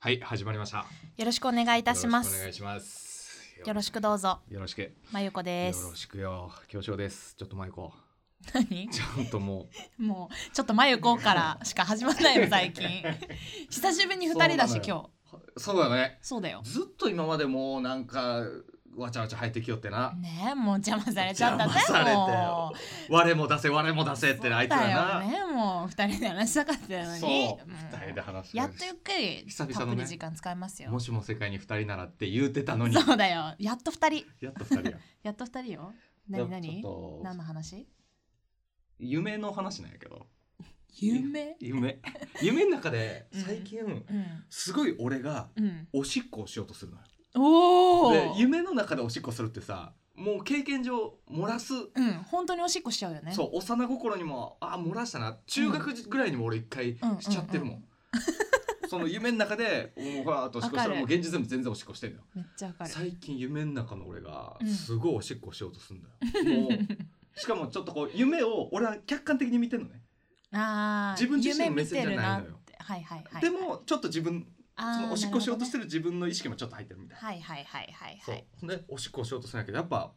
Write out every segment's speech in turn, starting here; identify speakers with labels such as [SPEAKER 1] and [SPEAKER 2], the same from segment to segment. [SPEAKER 1] はい、始まりました。
[SPEAKER 2] よろしくお願いいたしま
[SPEAKER 1] よろくお願
[SPEAKER 2] す
[SPEAKER 1] いします。
[SPEAKER 2] よろしくどうぞ
[SPEAKER 1] よろしく。よ
[SPEAKER 2] まゆこ
[SPEAKER 1] ろ
[SPEAKER 2] です
[SPEAKER 1] しくよ。教匠です。ちょっとマイ コ。
[SPEAKER 2] 何
[SPEAKER 1] ちゃんとも
[SPEAKER 2] もうちょっとまゆこからしか始まんないの最 近久しぶりに二人だ
[SPEAKER 1] そうな
[SPEAKER 2] し
[SPEAKER 1] のよ
[SPEAKER 2] 今日
[SPEAKER 1] う。そうだね。
[SPEAKER 2] そうだよ
[SPEAKER 1] ずっと今までもうなんかわちゃわちゃ入ってきよってな。
[SPEAKER 2] ねえもう邪魔されちゃったね
[SPEAKER 1] 邪魔されて
[SPEAKER 2] もう
[SPEAKER 1] 我も出せ我も出せってなあ
[SPEAKER 2] そう
[SPEAKER 1] いつら
[SPEAKER 2] だよ
[SPEAKER 1] な。
[SPEAKER 2] ねもう二人で話したかったのに
[SPEAKER 1] そう。
[SPEAKER 2] ん
[SPEAKER 1] 二人で話して
[SPEAKER 2] やっとゆっくり
[SPEAKER 1] 久々
[SPEAKER 2] た
[SPEAKER 1] の
[SPEAKER 2] っ
[SPEAKER 1] ね
[SPEAKER 2] ぷり時間使えますよ、
[SPEAKER 1] もしも世界に二人ならって言うてたのに。
[SPEAKER 2] そうだよやっと二人
[SPEAKER 1] やっと二人や。
[SPEAKER 2] やっと二人よ 何
[SPEAKER 1] ち
[SPEAKER 2] 何
[SPEAKER 1] ょっ
[SPEAKER 2] 何
[SPEAKER 1] と
[SPEAKER 2] の話
[SPEAKER 1] 夢の話なんやけど。
[SPEAKER 2] 夢
[SPEAKER 1] 夢。夢の中で
[SPEAKER 2] うん
[SPEAKER 1] 最近
[SPEAKER 2] うん
[SPEAKER 1] すごい俺が
[SPEAKER 2] うん
[SPEAKER 1] おしっこをしようとするのよ。
[SPEAKER 2] おお
[SPEAKER 1] で夢の中でおしっこするってさもう経験上漏らす、
[SPEAKER 2] うん本当におしっこしちゃうよね
[SPEAKER 1] そう幼心にもあ漏らしたな中学ぐらいにも俺一回しちゃってる もん,、
[SPEAKER 2] うん
[SPEAKER 1] その夢の中でもうわーっとおしっこしたらも
[SPEAKER 2] わ
[SPEAKER 1] う
[SPEAKER 2] かる
[SPEAKER 1] 現実でも全然おしっこしてんだよ
[SPEAKER 2] めっちゃわかる
[SPEAKER 1] 最近夢の中の俺が
[SPEAKER 2] うん
[SPEAKER 1] すごいおしっこしようとするんだよ、 もうしかもちょっとこう夢を俺は客観的に見てんのね、
[SPEAKER 2] あー
[SPEAKER 1] 自分自身の目
[SPEAKER 2] 夢見
[SPEAKER 1] 線じ
[SPEAKER 2] て
[SPEAKER 1] ゃ
[SPEAKER 2] る
[SPEAKER 1] ない
[SPEAKER 2] な
[SPEAKER 1] の
[SPEAKER 2] っ
[SPEAKER 1] よ
[SPEAKER 2] てはいはいはい
[SPEAKER 1] でもちょっと自分
[SPEAKER 2] そ
[SPEAKER 1] そのおしっこしようとして
[SPEAKER 2] る
[SPEAKER 1] る自分の意識もちょっと入ってるみたいな
[SPEAKER 2] はいはいはいはい
[SPEAKER 1] そ
[SPEAKER 2] は
[SPEAKER 1] う
[SPEAKER 2] い
[SPEAKER 1] ねおしっこをしようとするんやけどやっぱ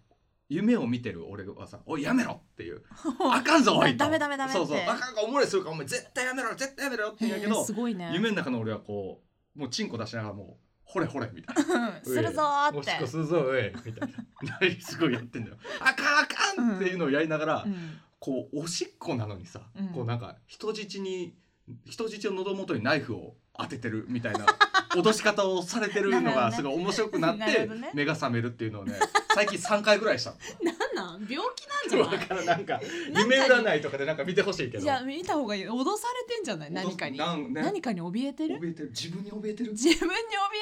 [SPEAKER 1] 夢を見てる俺はさ「おいやめろ!」っていう「あかんぞおい!」と
[SPEAKER 2] ダメダメダメって
[SPEAKER 1] そうそうあかんかおもれするからお前絶対やめろ絶対やめろって言うんやけ
[SPEAKER 2] へー
[SPEAKER 1] ど
[SPEAKER 2] すごいね
[SPEAKER 1] 夢の中の俺はこうもうチンコ出しながらもう「ほれほれ」みたいな
[SPEAKER 2] うんするぞー
[SPEAKER 1] お
[SPEAKER 2] っ
[SPEAKER 1] しっこ
[SPEAKER 2] て
[SPEAKER 1] するぞおいみたいな 何すごいやってんだよあかんあかんっていうのをやりながら、
[SPEAKER 2] うん
[SPEAKER 1] こうおしっこなのにさ、
[SPEAKER 2] うん
[SPEAKER 1] こうなんか人質に人質の喉元にナイフを当ててるみたいな脅し方をされてるのがすごい面白くなっ
[SPEAKER 2] なる
[SPEAKER 1] て
[SPEAKER 2] ほどね
[SPEAKER 1] 目が覚めるっていうのをね最近3回ぐらいしたの
[SPEAKER 2] なんなん病気なん
[SPEAKER 1] だ
[SPEAKER 2] じ ゃ
[SPEAKER 1] からなんか
[SPEAKER 2] なんか
[SPEAKER 1] 夢占いとかでなんか見てほしいけ
[SPEAKER 2] な
[SPEAKER 1] ど
[SPEAKER 2] いいや見た方がいい脅されてんじゃない
[SPEAKER 1] 脅
[SPEAKER 2] 何かに
[SPEAKER 1] なんね
[SPEAKER 2] 何かに怯えてる
[SPEAKER 1] 怯えてる自分に怯えてる
[SPEAKER 2] 自分に怯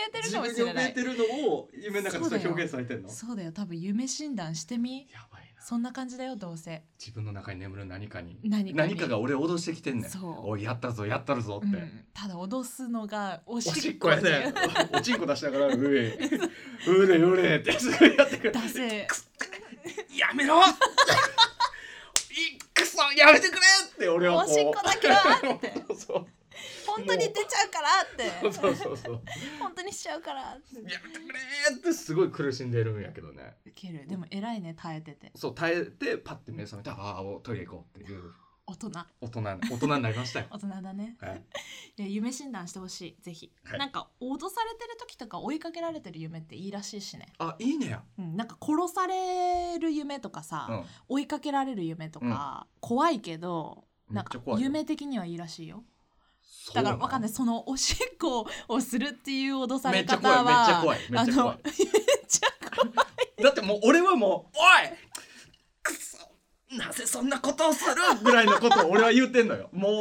[SPEAKER 2] えてる
[SPEAKER 1] 自
[SPEAKER 2] かも
[SPEAKER 1] 分
[SPEAKER 2] し
[SPEAKER 1] に
[SPEAKER 2] れな
[SPEAKER 1] 怯え
[SPEAKER 2] い
[SPEAKER 1] てるのを夢の中でそ
[SPEAKER 2] そう
[SPEAKER 1] れ
[SPEAKER 2] だよ
[SPEAKER 1] 表現されてるのや
[SPEAKER 2] そうだよ多分夢診断してみ
[SPEAKER 1] ばいな
[SPEAKER 2] そんな感じだよどうせ
[SPEAKER 1] 自分の中に眠る何かに
[SPEAKER 2] 何かに
[SPEAKER 1] 何かが俺を脅してきてんねん
[SPEAKER 2] そう
[SPEAKER 1] おいやったぞやったるぞ
[SPEAKER 2] う
[SPEAKER 1] って、
[SPEAKER 2] んただ脅すのがお
[SPEAKER 1] おし
[SPEAKER 2] し
[SPEAKER 1] っ
[SPEAKER 2] っ
[SPEAKER 1] こ
[SPEAKER 2] こ
[SPEAKER 1] や
[SPEAKER 2] ってい
[SPEAKER 1] ね
[SPEAKER 2] う
[SPEAKER 1] おちんこ出しながら「う れうれうれ」ってすごいやってくる
[SPEAKER 2] 出せ
[SPEAKER 1] 「やめろ!い」くそやめてくれって俺はこう
[SPEAKER 2] おしっこだけはって
[SPEAKER 1] そう
[SPEAKER 2] 本当に出ちゃうからって
[SPEAKER 1] そうそうそう
[SPEAKER 2] 本当にしちゃうからって
[SPEAKER 1] やめてくれってすごい苦しんでるんやけどね
[SPEAKER 2] ウケるでも偉いね耐えてて
[SPEAKER 1] そう耐えてパッて目覚めて「ああおトイレ行こう」っていう
[SPEAKER 2] 大人、
[SPEAKER 1] 大人な大人になりましたよ
[SPEAKER 2] 大人だね
[SPEAKER 1] はい、
[SPEAKER 2] いや夢診断してほしいぜひ、
[SPEAKER 1] はい
[SPEAKER 2] なんか脅されてる時とか追いかけられてる夢っていいらしいしね、
[SPEAKER 1] あいいねや
[SPEAKER 2] うん、なんか殺される夢とか
[SPEAKER 1] う
[SPEAKER 2] さ、
[SPEAKER 1] ん
[SPEAKER 2] 追いかけられる夢とか、怖いけど
[SPEAKER 1] め
[SPEAKER 2] な
[SPEAKER 1] っ
[SPEAKER 2] ん
[SPEAKER 1] ちゃ
[SPEAKER 2] か
[SPEAKER 1] 怖いよ
[SPEAKER 2] 夢的にはいいらしいよ
[SPEAKER 1] そう
[SPEAKER 2] だ
[SPEAKER 1] な
[SPEAKER 2] から
[SPEAKER 1] の
[SPEAKER 2] わかんないそのおしっこをするっていう脅さ
[SPEAKER 1] め
[SPEAKER 2] れ
[SPEAKER 1] っちゃ
[SPEAKER 2] 方
[SPEAKER 1] 怖いめっちゃ
[SPEAKER 2] は
[SPEAKER 1] 怖いめっちゃ怖い
[SPEAKER 2] あのめっちゃ
[SPEAKER 1] だってもう俺はもう「おいくそなぜそんなことをする?」ぐらいのことを俺は言うてんのよもう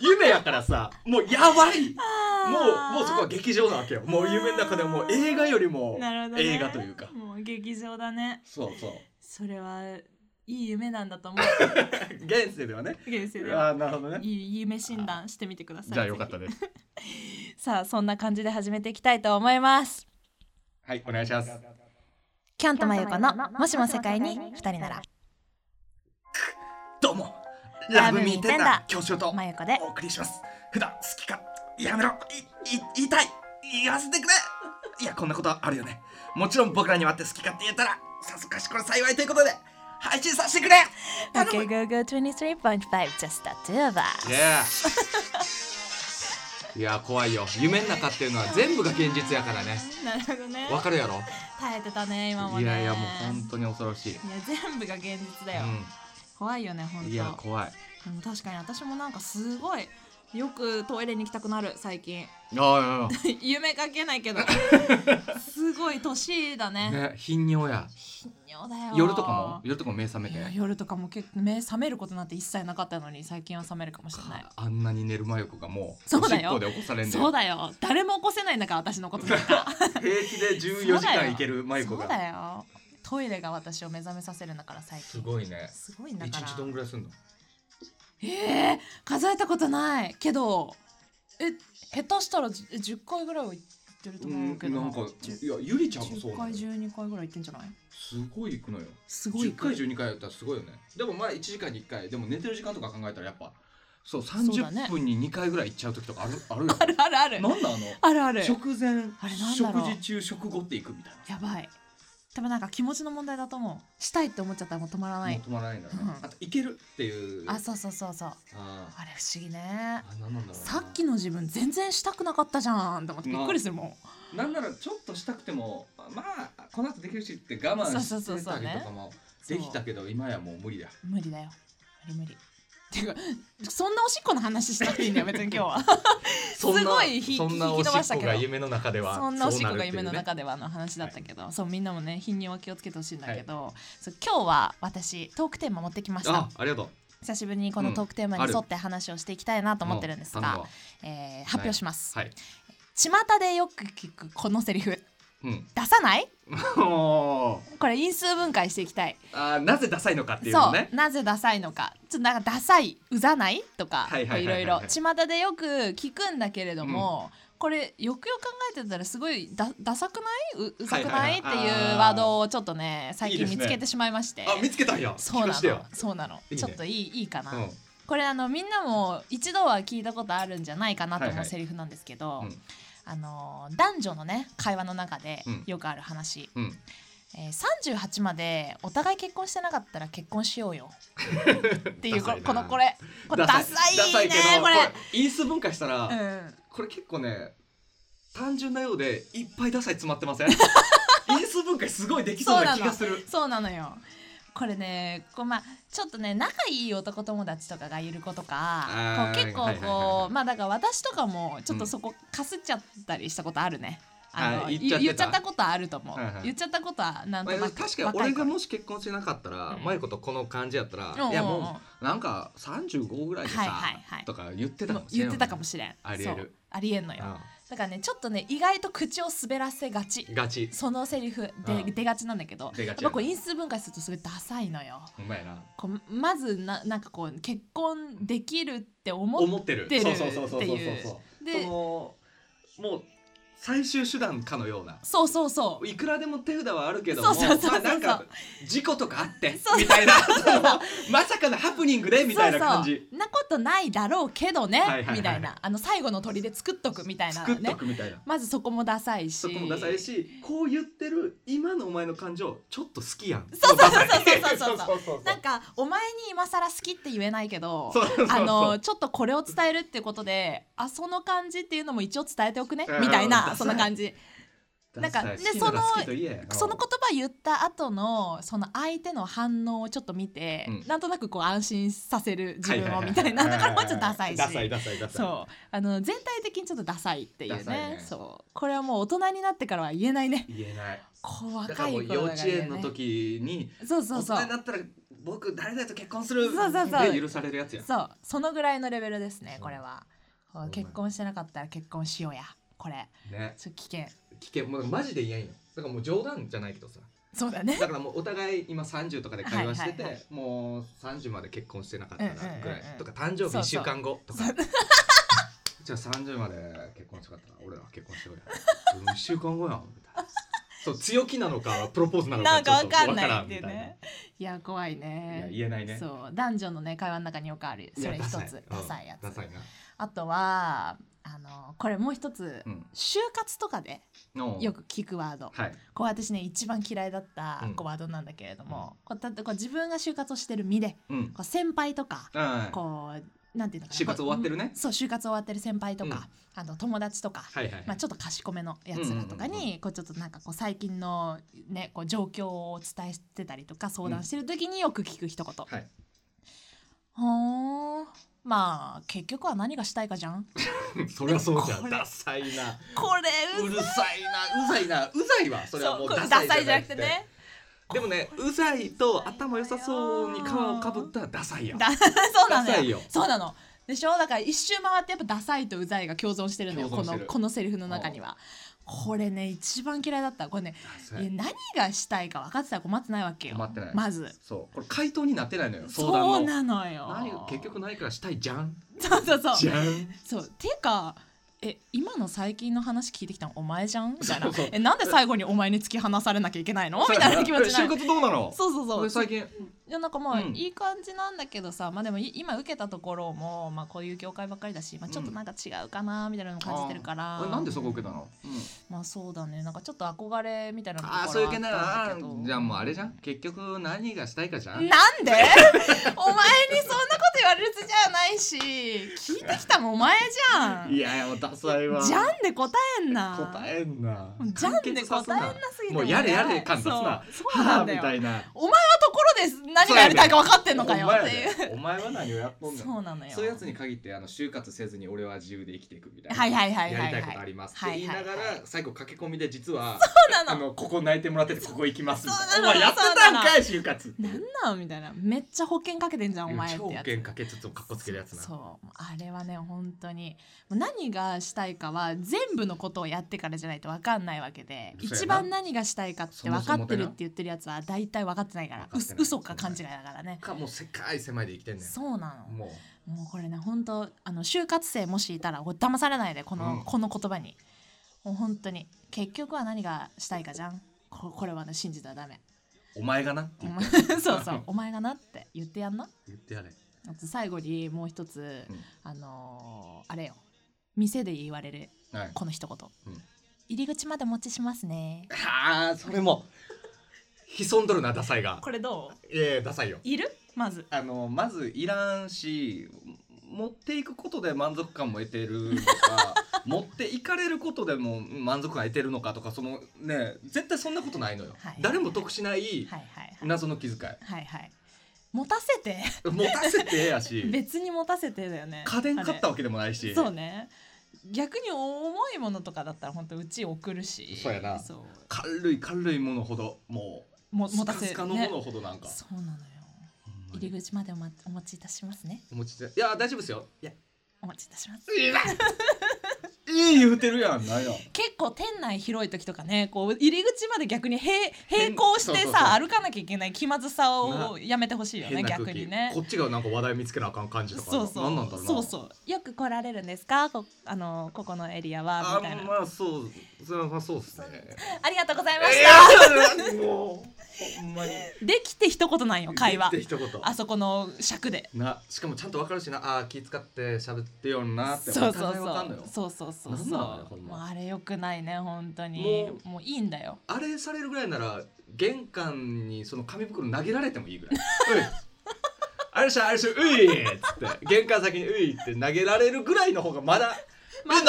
[SPEAKER 1] 夢やからさもうやばい もうもうそこは劇場なわけよもう夢の中でもう映画よりも
[SPEAKER 2] なるほどね
[SPEAKER 1] 映画というか
[SPEAKER 2] もう劇場だね
[SPEAKER 1] そうそう
[SPEAKER 2] それはいい夢なんだと思う
[SPEAKER 1] 現世ではね
[SPEAKER 2] 現世では
[SPEAKER 1] ああなるほどね
[SPEAKER 2] いい夢診断してみてください
[SPEAKER 1] じゃあよかった
[SPEAKER 2] ぜ
[SPEAKER 1] です
[SPEAKER 2] ひさあそんな感じで始めていきたいと思います
[SPEAKER 1] はいお願いします
[SPEAKER 2] キャン
[SPEAKER 3] と
[SPEAKER 2] とま
[SPEAKER 3] まゆ
[SPEAKER 2] ゆ
[SPEAKER 3] こ
[SPEAKER 2] こ
[SPEAKER 3] の
[SPEAKER 2] の
[SPEAKER 3] も
[SPEAKER 2] も
[SPEAKER 3] し
[SPEAKER 2] し
[SPEAKER 3] も
[SPEAKER 2] も
[SPEAKER 3] 世
[SPEAKER 2] 世
[SPEAKER 3] 界
[SPEAKER 2] 界
[SPEAKER 3] に
[SPEAKER 2] に
[SPEAKER 3] 二
[SPEAKER 2] 二
[SPEAKER 3] 人
[SPEAKER 2] 人
[SPEAKER 3] な
[SPEAKER 2] な
[SPEAKER 3] ら
[SPEAKER 2] ら
[SPEAKER 1] どうもラ
[SPEAKER 2] ラ
[SPEAKER 1] ブ
[SPEAKER 2] ブ
[SPEAKER 1] ミ
[SPEAKER 2] ミ
[SPEAKER 1] ー
[SPEAKER 2] ー
[SPEAKER 1] テ
[SPEAKER 2] テ
[SPEAKER 1] ン
[SPEAKER 2] ン
[SPEAKER 1] ダ
[SPEAKER 2] ダ
[SPEAKER 1] 教授と
[SPEAKER 2] まゆこで
[SPEAKER 1] お送りします普段好きかやめろいい言いたい言わせてくれいやこんなことはあるよねもちろん僕らにはって好きかって言ったらさぞかしこれ幸いということで配信させてくれ頼
[SPEAKER 2] OK
[SPEAKER 1] む
[SPEAKER 2] go go 23.5 just the two of us
[SPEAKER 1] いやいや怖いよ夢の中っていうのは全部が現実やからね
[SPEAKER 2] なるほどね
[SPEAKER 1] わかるやろ
[SPEAKER 2] 耐えてたね今も
[SPEAKER 1] い
[SPEAKER 2] ね
[SPEAKER 1] やいやもう本当に恐ろしい、
[SPEAKER 2] いや全部が現実だよ、
[SPEAKER 1] う
[SPEAKER 2] 怖いよね本
[SPEAKER 1] ん、
[SPEAKER 2] 当
[SPEAKER 1] いや怖い
[SPEAKER 2] でも確かに私もなんかすごいよくトイレに行きたくなる最近
[SPEAKER 1] ああ
[SPEAKER 2] 夢かけないけどすごい年だね
[SPEAKER 1] ね頻尿や
[SPEAKER 2] 頻尿だよ
[SPEAKER 1] 夜とかも夜とかも目覚め
[SPEAKER 2] い
[SPEAKER 1] て
[SPEAKER 2] や夜とかも結構目覚めることなんて一切なかったのに最近は覚めるかもしれない
[SPEAKER 1] あんなに寝る真横がもう
[SPEAKER 2] そ
[SPEAKER 1] お
[SPEAKER 2] う
[SPEAKER 1] し
[SPEAKER 2] だ
[SPEAKER 1] っ
[SPEAKER 2] よ
[SPEAKER 1] こで起こされんだ
[SPEAKER 2] そう
[SPEAKER 1] よ
[SPEAKER 2] だよ誰も起こせないんだから私のことな んか
[SPEAKER 1] 平気で14時間いける真横
[SPEAKER 2] そう
[SPEAKER 1] が
[SPEAKER 2] だよトイレが私を目覚めさせるんだから最近
[SPEAKER 1] すごいね
[SPEAKER 2] すごいんだ
[SPEAKER 1] 一
[SPEAKER 2] から
[SPEAKER 1] 日どんぐらいすんの
[SPEAKER 2] えー、数えたことないけどえ下手したらじ10回ぐらいは行ってると思うけど
[SPEAKER 1] なんか
[SPEAKER 2] 10
[SPEAKER 1] いやゆりちゃんもそう
[SPEAKER 2] 10
[SPEAKER 1] な
[SPEAKER 2] 回
[SPEAKER 1] のよ
[SPEAKER 2] 12回ぐらい行ってんじゃない
[SPEAKER 1] すごい行くのよ
[SPEAKER 2] すごい
[SPEAKER 1] 10回12回やったらすごいよねでもまあ1時間に1回でも寝てる時間とか考えたらやっぱそう
[SPEAKER 2] そうだね
[SPEAKER 1] 30分に2回ぐらい行っちゃう時とか あるあるよ
[SPEAKER 2] あるあるある
[SPEAKER 1] なんだあの
[SPEAKER 2] あるある
[SPEAKER 1] 食前
[SPEAKER 2] あれなんだろ
[SPEAKER 1] 食
[SPEAKER 2] う
[SPEAKER 1] 事中食後って行くみたい
[SPEAKER 2] やばいでもなんか気持ちの問題だと思うしたいって思っちゃったらもう止まら
[SPEAKER 1] な、
[SPEAKER 2] ない
[SPEAKER 1] もう止まらないんだな、
[SPEAKER 2] うん
[SPEAKER 1] あと行けるっていう
[SPEAKER 2] あそうそうそうそう
[SPEAKER 1] あー
[SPEAKER 2] あれ不思議ね
[SPEAKER 1] あなんなんだろうな
[SPEAKER 2] さっきの自分全然したくなかったじゃんって思ってびっくりするもん
[SPEAKER 1] なんならちょっとしたくてもまあこの後できるしって我慢
[SPEAKER 2] そうそうそう
[SPEAKER 1] して
[SPEAKER 2] そ
[SPEAKER 1] た
[SPEAKER 2] う
[SPEAKER 1] り
[SPEAKER 2] ね
[SPEAKER 1] とかもできたけど今やもう無理だ
[SPEAKER 2] 無理だよ無理無理っていうかそんなおしっこの話しなくていいんだよ別に今日はすごいひ
[SPEAKER 1] そんな
[SPEAKER 2] 引
[SPEAKER 1] お
[SPEAKER 2] き
[SPEAKER 1] し
[SPEAKER 2] 伸ばした
[SPEAKER 1] っ
[SPEAKER 2] け
[SPEAKER 1] こ
[SPEAKER 2] ど
[SPEAKER 1] が夢の中では
[SPEAKER 2] そんなおしっこ
[SPEAKER 1] うる
[SPEAKER 2] が
[SPEAKER 1] っていうね
[SPEAKER 2] 夢の中ではの話だったけど、そうみんなもね頻尿は気をつけてほしいんだけど、そう今日は私トークテーマ持ってきました
[SPEAKER 1] あありがとう
[SPEAKER 2] 久しぶりにこのトークテーマに沿って話をしていきたいなと思ってるんです
[SPEAKER 1] うん頼む
[SPEAKER 2] が
[SPEAKER 1] わ、
[SPEAKER 2] えー発表します、
[SPEAKER 1] はい
[SPEAKER 2] 巷でよく聞くこのセリフ
[SPEAKER 1] うん
[SPEAKER 2] 出さない
[SPEAKER 1] おー
[SPEAKER 2] これ因数分解していきたい
[SPEAKER 1] あーなぜダサいのかっていう
[SPEAKER 2] そ
[SPEAKER 1] の
[SPEAKER 2] う、
[SPEAKER 1] ね
[SPEAKER 2] なぜダサいのかちょっとなんかダサいうざないとか
[SPEAKER 1] はいはい
[SPEAKER 2] い
[SPEAKER 1] はい
[SPEAKER 2] ろ
[SPEAKER 1] はいい
[SPEAKER 2] ろ
[SPEAKER 1] はい
[SPEAKER 2] 巷でよく聞くんだけれども、これよくよく考えてたらすごいだダサくないううざくない,、
[SPEAKER 1] はいはいはい
[SPEAKER 2] って
[SPEAKER 1] あ
[SPEAKER 2] いう
[SPEAKER 1] ー
[SPEAKER 2] ワードをちょっとね最
[SPEAKER 1] いい
[SPEAKER 2] 近
[SPEAKER 1] です
[SPEAKER 2] 見
[SPEAKER 1] ね
[SPEAKER 2] つけてしまいまして
[SPEAKER 1] あ見つけたんや
[SPEAKER 2] そ
[SPEAKER 1] 聞
[SPEAKER 2] う
[SPEAKER 1] か
[SPEAKER 2] な
[SPEAKER 1] してよ
[SPEAKER 2] のそうなの
[SPEAKER 1] いいね
[SPEAKER 2] ちょっといいいいかな、
[SPEAKER 1] うん
[SPEAKER 2] これあのみんなも一度は聞いたことあるんじゃないかなと
[SPEAKER 1] はい
[SPEAKER 2] 思
[SPEAKER 1] は
[SPEAKER 2] う
[SPEAKER 1] い
[SPEAKER 2] セリフなんですけど、
[SPEAKER 1] うん
[SPEAKER 2] あの男女のね会話の中で
[SPEAKER 1] うん
[SPEAKER 2] よくある話、
[SPEAKER 1] うん
[SPEAKER 2] えー、38までお互い結婚してなかったら結婚しようよっていうこ
[SPEAKER 1] ダサいな
[SPEAKER 2] このこれこれダサいね
[SPEAKER 1] ダサいけど
[SPEAKER 2] これ
[SPEAKER 1] 因数分解したら、
[SPEAKER 2] うん
[SPEAKER 1] これ結構ね単純なようでいっぱいダサい詰まってませ ん因数分解すごいできそうな気がする
[SPEAKER 2] そうなのよこれねこう、まあ、ちょっとね仲いい男友達とかがいる子とか
[SPEAKER 1] あー
[SPEAKER 2] こう結構こう、
[SPEAKER 1] はいはいはいはい
[SPEAKER 2] まあだから私とかもちょっとそこかすっちゃったりしたことあるね。あの
[SPEAKER 1] あー言っ
[SPEAKER 2] 言
[SPEAKER 1] ちゃってた
[SPEAKER 2] 言っちゃったことはあると思う、
[SPEAKER 1] はいはい
[SPEAKER 2] 言っちゃったことはなんと
[SPEAKER 1] まあ
[SPEAKER 2] なく
[SPEAKER 1] 確かに俺が
[SPEAKER 2] 若い
[SPEAKER 1] もし結婚してなかったら、
[SPEAKER 2] うん
[SPEAKER 1] マイコとこの感じやったら、
[SPEAKER 2] うんうんうん
[SPEAKER 1] いやもうなんか35ぐらいでさ、
[SPEAKER 2] はいはいはい
[SPEAKER 1] とか言って
[SPEAKER 2] 子
[SPEAKER 1] た
[SPEAKER 2] も
[SPEAKER 1] かも
[SPEAKER 2] う
[SPEAKER 1] しれん
[SPEAKER 2] 言
[SPEAKER 1] よ
[SPEAKER 2] っ
[SPEAKER 1] ね
[SPEAKER 2] てたかもしれん
[SPEAKER 1] ありえる
[SPEAKER 2] そうありえんのよだからねちょっとね意外と口を滑らせがち
[SPEAKER 1] うんガチ
[SPEAKER 2] そのセリフで、
[SPEAKER 1] うん
[SPEAKER 2] 出がちなんだけど
[SPEAKER 1] 出
[SPEAKER 2] や
[SPEAKER 1] が
[SPEAKER 2] っ
[SPEAKER 1] ちやな
[SPEAKER 2] ぱこう因数分解するとすごいダサいのよ
[SPEAKER 1] ほんまやな
[SPEAKER 2] こうまずななんかこう結婚できるって思っ
[SPEAKER 1] 思ってる
[SPEAKER 2] ってる
[SPEAKER 1] そうそうそうそうそうそう
[SPEAKER 2] っていう
[SPEAKER 1] そ
[SPEAKER 2] で
[SPEAKER 1] のもう最終手段かのような
[SPEAKER 2] そうそうそう
[SPEAKER 1] いくらでも手札はあるけども
[SPEAKER 2] そうそうそうそう
[SPEAKER 1] まあなんか事故とかあって
[SPEAKER 2] そう
[SPEAKER 1] みたいな まさかのハプニングでみたいな感
[SPEAKER 2] そう
[SPEAKER 1] じ
[SPEAKER 2] そうなことないだろうけどね、
[SPEAKER 1] はいはいはい
[SPEAKER 2] みたいなあの最後の砦作っとくみたいな
[SPEAKER 1] 作っと
[SPEAKER 2] ね
[SPEAKER 1] くみたいな。
[SPEAKER 2] まずそこもダサいし
[SPEAKER 1] そこもダサいしこう言ってる今のお前の感情ちょっと好きやん
[SPEAKER 2] そうそうそうそうそ
[SPEAKER 1] も
[SPEAKER 2] うそう
[SPEAKER 1] ダサい そう
[SPEAKER 2] なんかお前に今更好きって言えないけど
[SPEAKER 1] そうそうそう
[SPEAKER 2] あのちょっとこれを伝えるってことであその感じっていうのも一応伝えておくね
[SPEAKER 1] うん
[SPEAKER 2] みたい
[SPEAKER 1] ダサ
[SPEAKER 2] ないそんな感じなんか
[SPEAKER 1] ダサい
[SPEAKER 2] で
[SPEAKER 1] 好きなら
[SPEAKER 2] その
[SPEAKER 1] 好きと言え
[SPEAKER 2] その言葉言った後のその相手の反応をちょっと見て、
[SPEAKER 1] うん
[SPEAKER 2] なんとなくこう安心させる自分を
[SPEAKER 1] はいはいはい
[SPEAKER 2] みたいなだからもうちょっとダサいし
[SPEAKER 1] ダサいダサいダサい
[SPEAKER 2] そうあの全体的にちょっとダサいっていうね
[SPEAKER 1] ダサいね
[SPEAKER 2] そうこれはもう大人になってからは言えないね
[SPEAKER 1] 言えない
[SPEAKER 2] こう
[SPEAKER 1] だ
[SPEAKER 2] 若
[SPEAKER 1] から
[SPEAKER 2] い
[SPEAKER 1] も
[SPEAKER 2] 子
[SPEAKER 1] う幼
[SPEAKER 2] だからね
[SPEAKER 1] 稚園の時に
[SPEAKER 2] そうそうそ
[SPEAKER 1] 大人
[SPEAKER 2] う
[SPEAKER 1] になったら僕誰々と結婚する
[SPEAKER 2] そうそうそう
[SPEAKER 1] で許されるやつやん
[SPEAKER 2] そうそのぐらいのレベルですね
[SPEAKER 1] そう
[SPEAKER 2] これは
[SPEAKER 1] そ
[SPEAKER 2] こう
[SPEAKER 1] うなん
[SPEAKER 2] 結婚してなかったら結婚しようやこれ
[SPEAKER 1] ね
[SPEAKER 2] ちょっと危険
[SPEAKER 1] 危険もうマジで言えんよだからもう冗談じゃないけどさ
[SPEAKER 2] そうだね
[SPEAKER 1] だからもうお互い今30とかで会話してて、
[SPEAKER 2] はいはい
[SPEAKER 1] もう30まで結婚してなかったらぐらい、
[SPEAKER 2] うんうんうんうん
[SPEAKER 1] とか誕生日
[SPEAKER 2] そうそう
[SPEAKER 1] 1週間後とか じゃあ30まで結婚しなかったら俺ら結婚しよ うや1週間後やんみたいなそう強気なのかプロポーズなの
[SPEAKER 2] な
[SPEAKER 1] か
[SPEAKER 2] ん
[SPEAKER 1] ち
[SPEAKER 2] か
[SPEAKER 1] ょっと
[SPEAKER 2] わか
[SPEAKER 1] わ
[SPEAKER 2] んな
[SPEAKER 1] か
[SPEAKER 2] い
[SPEAKER 1] ら
[SPEAKER 2] っ
[SPEAKER 1] ん
[SPEAKER 2] て
[SPEAKER 1] み
[SPEAKER 2] い
[SPEAKER 1] た
[SPEAKER 2] う
[SPEAKER 1] いな
[SPEAKER 2] ねいや怖い
[SPEAKER 1] いや
[SPEAKER 2] ね
[SPEAKER 1] 言えないね
[SPEAKER 2] そう男女のね会話の中によくある
[SPEAKER 1] い
[SPEAKER 2] そ
[SPEAKER 1] や
[SPEAKER 2] れ一
[SPEAKER 1] ダサい
[SPEAKER 2] つ
[SPEAKER 1] うん
[SPEAKER 2] ダサいやつ
[SPEAKER 1] ダサいな
[SPEAKER 2] あとはあのこれもう一つ
[SPEAKER 1] うん
[SPEAKER 2] 就活とかで
[SPEAKER 1] の
[SPEAKER 2] よく聞くワード
[SPEAKER 1] はい
[SPEAKER 2] こう私ね一番嫌いだった
[SPEAKER 1] うん
[SPEAKER 2] こうワードなんだけれども、こうたこう自分が就活をしてる身で
[SPEAKER 1] うん
[SPEAKER 2] こう先輩とか
[SPEAKER 1] はい
[SPEAKER 2] こうなんていうのかな
[SPEAKER 1] 就活終わってるね
[SPEAKER 2] こうそう就活終わってる先輩とか、あの友達とか、
[SPEAKER 1] はいはい
[SPEAKER 2] まあ、ちょっと賢めのやつらとか
[SPEAKER 1] うんうんうん
[SPEAKER 2] にこうちょっとなんかこう最近の、ね、こう状況をお伝えしてたりとか相談してる時によく聞く一言。
[SPEAKER 1] はい
[SPEAKER 2] ほーんまあ結局は何がしたいかじ ゃん
[SPEAKER 1] そりゃそうじゃ
[SPEAKER 2] こ
[SPEAKER 1] ん
[SPEAKER 2] れ
[SPEAKER 1] ダサいな
[SPEAKER 2] これ
[SPEAKER 1] うるさいなうざいなうざいわそれはもう
[SPEAKER 2] そうこ
[SPEAKER 1] ダサい
[SPEAKER 2] れダサい
[SPEAKER 1] じ
[SPEAKER 2] じ
[SPEAKER 1] ゃな
[SPEAKER 2] ゃな
[SPEAKER 1] く
[SPEAKER 2] く
[SPEAKER 1] て
[SPEAKER 2] てね
[SPEAKER 1] でもねうざいと頭良さそうに皮をかぶったらダサいやん
[SPEAKER 2] だそうなのよ
[SPEAKER 1] ダサいよ
[SPEAKER 2] そうなのでしょだから一周回ってやっぱダサいとうざいが共存してるのよ
[SPEAKER 1] 共
[SPEAKER 2] こ
[SPEAKER 1] 存して
[SPEAKER 2] の
[SPEAKER 1] る
[SPEAKER 2] このセリフの中にはこれね一番嫌いだったこれね
[SPEAKER 1] ダ
[SPEAKER 2] い
[SPEAKER 1] サ
[SPEAKER 2] や
[SPEAKER 1] い
[SPEAKER 2] 何がしたいか分かってたら困ってないわけよ
[SPEAKER 1] 困ってない
[SPEAKER 2] まず
[SPEAKER 1] そうこれ回答になってないのよ相談の
[SPEAKER 2] そうなのよ
[SPEAKER 1] 何結局何からしたいじゃん
[SPEAKER 2] そうそうそう
[SPEAKER 1] じゃん
[SPEAKER 2] そうていうかええ今の最近の話聞いてきたのお前じゃんみたいな
[SPEAKER 1] そうそう
[SPEAKER 2] えなんで最後にお前に突き放されなきゃいけないのみたいな気持
[SPEAKER 1] え
[SPEAKER 2] ちにな
[SPEAKER 1] 就
[SPEAKER 2] る
[SPEAKER 1] 活どうなの
[SPEAKER 2] そうそうそう
[SPEAKER 1] 俺最近
[SPEAKER 2] いやなんかまあ、
[SPEAKER 1] うん
[SPEAKER 2] いい感じなんだけどさまあでもい今受けたところも、まあ、こういう業界ばっかりだし、まあ、ちょっとなんか違うかなみたいなの感じてるから、
[SPEAKER 1] 俺なんでそこ受けたの、うん
[SPEAKER 2] まあそうだねなんかちょっと憧れみたいなところ
[SPEAKER 1] ああそういう系なら
[SPEAKER 2] あ
[SPEAKER 1] あ
[SPEAKER 2] ったんだけど
[SPEAKER 1] ーじゃあもうあれじゃん結局何がしたいかじゃん
[SPEAKER 2] なんで お前にそんなこと言われるつじゃないし聞いてきたもんお前じゃん
[SPEAKER 1] いやいやもうダサいわ
[SPEAKER 2] じゃんで答えんな
[SPEAKER 1] 答えんな
[SPEAKER 2] じゃんで
[SPEAKER 1] 完結さ
[SPEAKER 2] 答
[SPEAKER 1] すな
[SPEAKER 2] えんなすぎて
[SPEAKER 1] もうやれやれ感出すな
[SPEAKER 2] そうそうな
[SPEAKER 1] はあ
[SPEAKER 2] んだ
[SPEAKER 1] み
[SPEAKER 2] よ
[SPEAKER 1] たいな
[SPEAKER 2] お前はところです何がやりたいか分かってんのかよ
[SPEAKER 1] お前
[SPEAKER 2] っ
[SPEAKER 1] や
[SPEAKER 2] ていう
[SPEAKER 1] でお前は何をやっとんの
[SPEAKER 2] そうなのよ
[SPEAKER 1] そういうやつに限ってあの就活せずに俺は自由で生きていくみたいな
[SPEAKER 2] はいはいはいはい
[SPEAKER 1] や
[SPEAKER 2] は
[SPEAKER 1] り
[SPEAKER 2] い
[SPEAKER 1] たいことありますっ
[SPEAKER 2] は
[SPEAKER 1] て言いなが
[SPEAKER 2] はは
[SPEAKER 1] ら最後駆け込みで実は
[SPEAKER 2] そうな
[SPEAKER 1] あ
[SPEAKER 2] の
[SPEAKER 1] のここ泣いてもらっててここ行きますみた
[SPEAKER 2] そ
[SPEAKER 1] いうな
[SPEAKER 2] な
[SPEAKER 1] お前
[SPEAKER 2] の
[SPEAKER 1] やってたんかい就活って
[SPEAKER 2] なんなんみたいなめっちゃ保険かけてんじゃんお前って
[SPEAKER 1] 超
[SPEAKER 2] やつ
[SPEAKER 1] 剣かけつつもかっこつけるやつな
[SPEAKER 2] そうあれはね本当にもう何がしたいかは全部のことをやってからじゃないと分かんないわけで
[SPEAKER 1] そうやな
[SPEAKER 2] 一番何がしたいかって
[SPEAKER 1] そも
[SPEAKER 2] 分
[SPEAKER 1] そも
[SPEAKER 2] か
[SPEAKER 1] ね
[SPEAKER 2] ってるって言ってるやつは大体分かってないから
[SPEAKER 1] 分かって
[SPEAKER 2] 嘘
[SPEAKER 1] ない
[SPEAKER 2] 嘘か勘違いだからね
[SPEAKER 1] かもう世界狭いで生きてんねん
[SPEAKER 2] そうなの
[SPEAKER 1] もう
[SPEAKER 2] もうこれね本当あの就活生もしいたらこれ騙されないでこの,、
[SPEAKER 1] うん
[SPEAKER 2] この言葉にもう本当に結局は何がしたいかじゃんここれはね信じたらダメ
[SPEAKER 1] お前がなって
[SPEAKER 2] お
[SPEAKER 1] 言っ
[SPEAKER 2] 前
[SPEAKER 1] て
[SPEAKER 2] そうそうお前がなって言ってやんな
[SPEAKER 1] 言ってやれ
[SPEAKER 2] あと最後にもう一つ、
[SPEAKER 1] うん
[SPEAKER 2] あのーあれよ店で言われる
[SPEAKER 1] はい
[SPEAKER 2] この一言、
[SPEAKER 1] うん
[SPEAKER 2] 入り口までお持ちしますね
[SPEAKER 1] あーそれも潜んどるなダサいが
[SPEAKER 2] これどう
[SPEAKER 1] いやいやダサいよ
[SPEAKER 2] いるまず
[SPEAKER 1] あのまずいらんし持っていくことで満足感も得てるのか 持っていかれることでもうん満足感得てるのかとかそのね絶対そんなことないのよ、
[SPEAKER 2] はい
[SPEAKER 1] 誰も得しない
[SPEAKER 2] はいはいはい
[SPEAKER 1] 謎の気遣い、
[SPEAKER 2] はいはい持たせて
[SPEAKER 1] 持たせてええや し
[SPEAKER 2] 別に持たせてだよね
[SPEAKER 1] 家電買った
[SPEAKER 2] あ
[SPEAKER 1] わけでもない
[SPEAKER 2] れ
[SPEAKER 1] し
[SPEAKER 2] そうね逆に重いものとかだったら本当うち送るし
[SPEAKER 1] そうやな
[SPEAKER 2] そう
[SPEAKER 1] 軽い軽いものほども
[SPEAKER 2] も
[SPEAKER 1] う
[SPEAKER 2] 持
[SPEAKER 1] ス
[SPEAKER 2] た
[SPEAKER 1] カ
[SPEAKER 2] せ
[SPEAKER 1] スカのものほどなんか、
[SPEAKER 2] そうなのよ入り口までお,、ま、お持ちいたしますね
[SPEAKER 1] お持ちでいや大丈夫ですよいや
[SPEAKER 2] お持ちいたします
[SPEAKER 1] いやいい言うてるやんないや
[SPEAKER 2] 結構店内広い時とかねこう入り口まで逆に並並行して
[SPEAKER 1] そう
[SPEAKER 2] さ
[SPEAKER 1] そうそう
[SPEAKER 2] 歩かなきゃいけない気まずさを
[SPEAKER 1] な
[SPEAKER 2] やめてほしいよね
[SPEAKER 1] 変な空
[SPEAKER 2] 逆
[SPEAKER 1] 気、
[SPEAKER 2] にね
[SPEAKER 1] こ。っちがなんか話題見つけなあかん感じとか
[SPEAKER 2] そうそう
[SPEAKER 1] なんなんだろうな
[SPEAKER 2] そうそうよく来られるんですかこあのここのエリアは
[SPEAKER 1] あ
[SPEAKER 2] みたいな、
[SPEAKER 1] まあそうそれはまあそうですね
[SPEAKER 2] ありがとうございました
[SPEAKER 1] いやもうほんまに
[SPEAKER 2] できて一言なんよ会話
[SPEAKER 1] って一言
[SPEAKER 2] あそこの尺で
[SPEAKER 1] なしかもちゃんと分かるしなあー気使って喋ってよんなって
[SPEAKER 2] そうそうそ
[SPEAKER 1] お
[SPEAKER 2] う
[SPEAKER 1] 互いわかんのよ
[SPEAKER 2] そうそうそう
[SPEAKER 1] なん
[SPEAKER 2] そ
[SPEAKER 1] な
[SPEAKER 2] うん
[SPEAKER 1] あれほんま
[SPEAKER 2] もうあれよくないね本当に
[SPEAKER 1] も
[SPEAKER 2] もういいんだよ
[SPEAKER 1] あれされるぐらいなら玄関にその紙袋投げられてもいいぐら い「ういあれしゃあれしゃうい!」っつって玄関先に「うい!」って投げられるぐらいの方がまだ「えなえ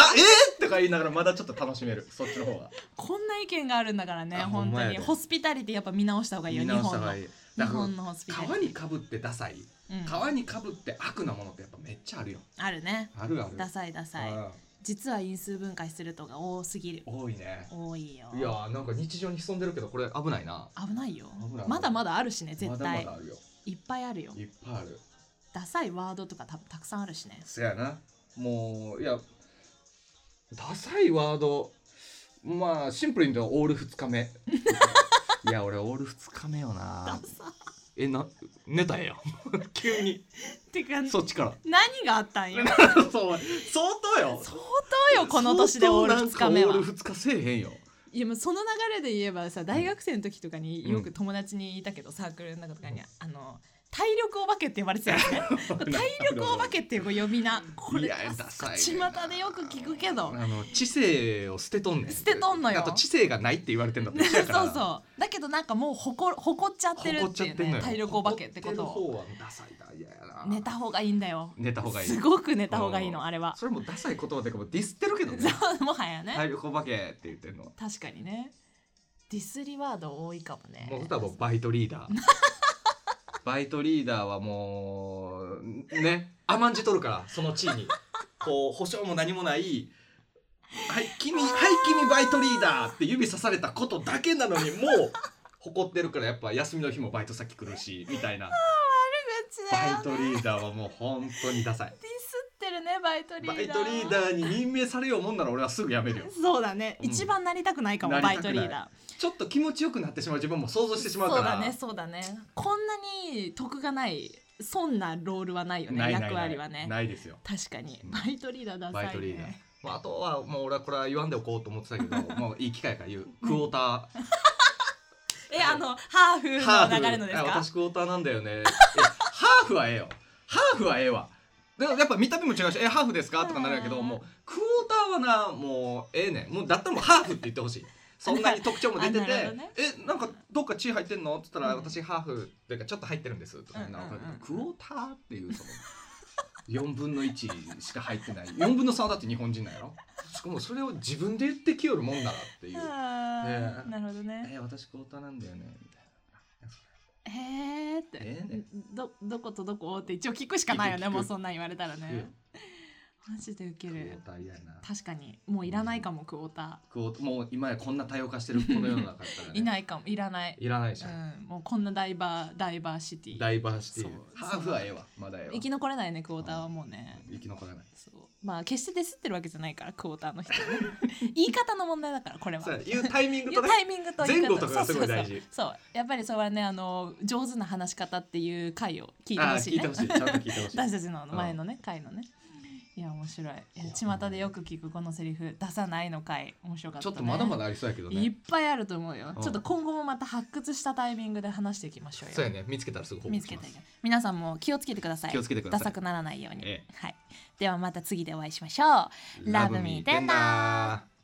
[SPEAKER 1] ーとか言いながらまだちょっと楽しめるそっちの方が
[SPEAKER 2] こんな意見があるんだからね
[SPEAKER 1] あほ
[SPEAKER 2] 本
[SPEAKER 1] んま
[SPEAKER 2] 当
[SPEAKER 1] や
[SPEAKER 2] に
[SPEAKER 1] で
[SPEAKER 2] ホスピタリティやっぱ見直した方がいいよ
[SPEAKER 1] 見
[SPEAKER 2] 日
[SPEAKER 1] 直した
[SPEAKER 2] 本
[SPEAKER 1] 方
[SPEAKER 2] の
[SPEAKER 1] がいい
[SPEAKER 2] 日
[SPEAKER 1] だから
[SPEAKER 2] 本のホスピタリテ
[SPEAKER 1] 皮にかぶってダサい
[SPEAKER 2] ィ、う
[SPEAKER 1] 皮
[SPEAKER 2] ん
[SPEAKER 1] にかぶって悪なものってやっぱめっちゃあるよ
[SPEAKER 2] あるね
[SPEAKER 1] あるある
[SPEAKER 2] ダサいダサい
[SPEAKER 1] うん
[SPEAKER 2] 実は因数分解するとが多すぎる
[SPEAKER 1] 多いね
[SPEAKER 2] 多いよ
[SPEAKER 1] いやーなんか日常に潜んでるけどこれ危ないな
[SPEAKER 2] 危ないよ
[SPEAKER 1] 危ない
[SPEAKER 2] まだまだあるしね絶対
[SPEAKER 1] まだまだあるよ
[SPEAKER 2] いっぱいあるよ
[SPEAKER 1] いっぱいある
[SPEAKER 2] ダサいワードとかたたくさんあるしね
[SPEAKER 1] せやなもういやダサいワードまあシンプルに言うとオール2日目 いや俺オール2日目よな
[SPEAKER 2] サ
[SPEAKER 1] えな寝たん や急に
[SPEAKER 2] ってか
[SPEAKER 1] そっちから
[SPEAKER 2] 何があったんよ
[SPEAKER 1] そう相当よ
[SPEAKER 2] 相当よこの年でオール2日目
[SPEAKER 1] 相当なん
[SPEAKER 2] は
[SPEAKER 1] かオール2日せえへんよ
[SPEAKER 2] いやもうその流れで言えばさ大学生の時とかによく友達にいたけど、サークルの中とかにあの体力お化けって呼ばれてた よね 体力お化けっていう呼び名こ
[SPEAKER 1] い
[SPEAKER 2] れ
[SPEAKER 1] やダサいねんな
[SPEAKER 2] 巷でよく聞くけど
[SPEAKER 1] あの知性を捨てとんねん
[SPEAKER 2] 捨てとんのよ
[SPEAKER 1] あと知性がないって言われてんだって
[SPEAKER 2] そうそうだけどなんかもう誇誇っちゃってるっていうね体力お化けってことを
[SPEAKER 1] をはダサいな嫌やな
[SPEAKER 2] 寝た方がいいんだよ
[SPEAKER 1] 寝た方がいい
[SPEAKER 2] すごく寝た方がいいの
[SPEAKER 1] うん
[SPEAKER 2] あれは
[SPEAKER 1] それもダサい言葉でかもうディスってるけどね
[SPEAKER 2] もはやね、
[SPEAKER 1] 体力お化けって言ってんのも
[SPEAKER 2] 確かにねディスリワード多いかもね
[SPEAKER 1] う歌は もうバイトリーダーバイトリーダーはもうね甘んじとるからその地位にこう保証も何もないはい君はい君バイトリーダーって指さされたことだけなのにもう誇ってるからやっぱ休みの日もバイト先来るしみたいな
[SPEAKER 2] 口だよ
[SPEAKER 1] バイトリーダーはもう本当にダサい
[SPEAKER 2] ディスってるねバイトリーダ
[SPEAKER 1] バ
[SPEAKER 2] ー
[SPEAKER 1] イトリーダーに任命されようもんなら俺はすぐ辞め るよ
[SPEAKER 2] そうだね、
[SPEAKER 1] うん
[SPEAKER 2] 一番なりたくないかも
[SPEAKER 1] な
[SPEAKER 2] バ
[SPEAKER 1] り
[SPEAKER 2] イ
[SPEAKER 1] たく
[SPEAKER 2] ト
[SPEAKER 1] ない
[SPEAKER 2] リーダ
[SPEAKER 1] ちょっと気持ちよくなってしまう自分も想像してし
[SPEAKER 2] ー
[SPEAKER 1] まうか
[SPEAKER 2] そう
[SPEAKER 1] ら
[SPEAKER 2] だねそうだねこんなに得がないそんなロールはないよね
[SPEAKER 1] ないないない
[SPEAKER 2] 役割はね
[SPEAKER 1] ないですよ
[SPEAKER 2] 確かに
[SPEAKER 1] うん
[SPEAKER 2] バイトリーダーダサいね
[SPEAKER 1] バイトリーダーまあ、あとはもう俺はこれは言わんでおこうと思ってたけどもういい機会やから言うクォーター
[SPEAKER 2] えあのハーフ
[SPEAKER 1] ハ
[SPEAKER 2] の流れの
[SPEAKER 1] ー
[SPEAKER 2] で
[SPEAKER 1] フ
[SPEAKER 2] す
[SPEAKER 1] あ
[SPEAKER 2] か
[SPEAKER 1] 私クォーターなんだ よねえハーフはええよハーフはええわでもやっぱ見た目も違うし「えハーフですか?」とかなるけ
[SPEAKER 2] う
[SPEAKER 1] ど
[SPEAKER 2] ん
[SPEAKER 1] もうクォーターはなもうええねんもうだったらもうハーフって言ってほ しいそんなに特徴も出て
[SPEAKER 2] あ
[SPEAKER 1] て
[SPEAKER 2] なるほどね
[SPEAKER 1] 「えなんかどっか血入ってんの?」って言ったら「
[SPEAKER 2] うん
[SPEAKER 1] 私ハーフというかちょっと入ってるんです」とかな
[SPEAKER 2] うんうんうん
[SPEAKER 1] クォーターっていうその4分の1しか入ってない4分の3はだって日本人なんやろしかもそれを自分で言ってきよるもんだなっていう
[SPEAKER 2] あー
[SPEAKER 1] ね
[SPEAKER 2] なるほど
[SPEAKER 1] 「
[SPEAKER 2] ね
[SPEAKER 1] え私クォーターなんだよね」みたいな。
[SPEAKER 2] へえって、
[SPEAKER 1] ええね
[SPEAKER 2] どどことどこって一応聞くしかないよね
[SPEAKER 1] 聞く聞く
[SPEAKER 2] もうそんなん言われたら
[SPEAKER 1] 聞くよ
[SPEAKER 2] ねマジでウケ
[SPEAKER 1] ク
[SPEAKER 2] る
[SPEAKER 1] ォーター嫌やな
[SPEAKER 2] 確かにもういらないかもクォータ
[SPEAKER 1] クオーもう今やこんな多様化してるこの世の中だから、ね、
[SPEAKER 2] ーいないかもいらない、
[SPEAKER 1] いらないでしょ、
[SPEAKER 2] うん、もうこんなダイバーダイバーシティ
[SPEAKER 1] ダイバーシティ
[SPEAKER 2] そう
[SPEAKER 1] ハーフはええわまだええわ
[SPEAKER 2] 生き残れないねクォーターはもうね
[SPEAKER 1] 生き残らない
[SPEAKER 2] そうまあ決してディスってるわけじゃないからクォーター の人言い方の問題だからこれは
[SPEAKER 1] そうや言うタイミング
[SPEAKER 2] 言
[SPEAKER 1] と
[SPEAKER 2] う
[SPEAKER 1] ね
[SPEAKER 2] タイミングと言い方
[SPEAKER 1] 前後とかがすごい大事
[SPEAKER 2] そうそうそうそうやっぱりそれはねあの上手な話し方っていう回を聞いて
[SPEAKER 1] あ
[SPEAKER 2] ほ
[SPEAKER 1] あ
[SPEAKER 2] し
[SPEAKER 1] 聞
[SPEAKER 2] い
[SPEAKER 1] いて
[SPEAKER 2] ね
[SPEAKER 1] ほしいちゃんと聞いてほしい
[SPEAKER 2] 私たちの前のね、回のねいや面白いいや巷でよく聞くこのセリフ「出さない」の回面白かった、
[SPEAKER 1] ちょ
[SPEAKER 2] ね、
[SPEAKER 1] っとまだまだありそうやけど
[SPEAKER 2] いっ
[SPEAKER 1] ね
[SPEAKER 2] ぱいあると思うよ、
[SPEAKER 1] うん
[SPEAKER 2] ちょっと今後もまた発掘したタイミングで話していきましょうよ
[SPEAKER 1] そうやね見つけたらすぐ報
[SPEAKER 2] 見
[SPEAKER 1] 告し
[SPEAKER 2] つけ
[SPEAKER 1] ま
[SPEAKER 2] たい
[SPEAKER 1] す
[SPEAKER 2] けど皆さんも気をつけてください
[SPEAKER 1] 気をつけてください
[SPEAKER 2] ダサくならないように、
[SPEAKER 1] ええ
[SPEAKER 2] はい、ではまた次でお会いしましょう Love me tender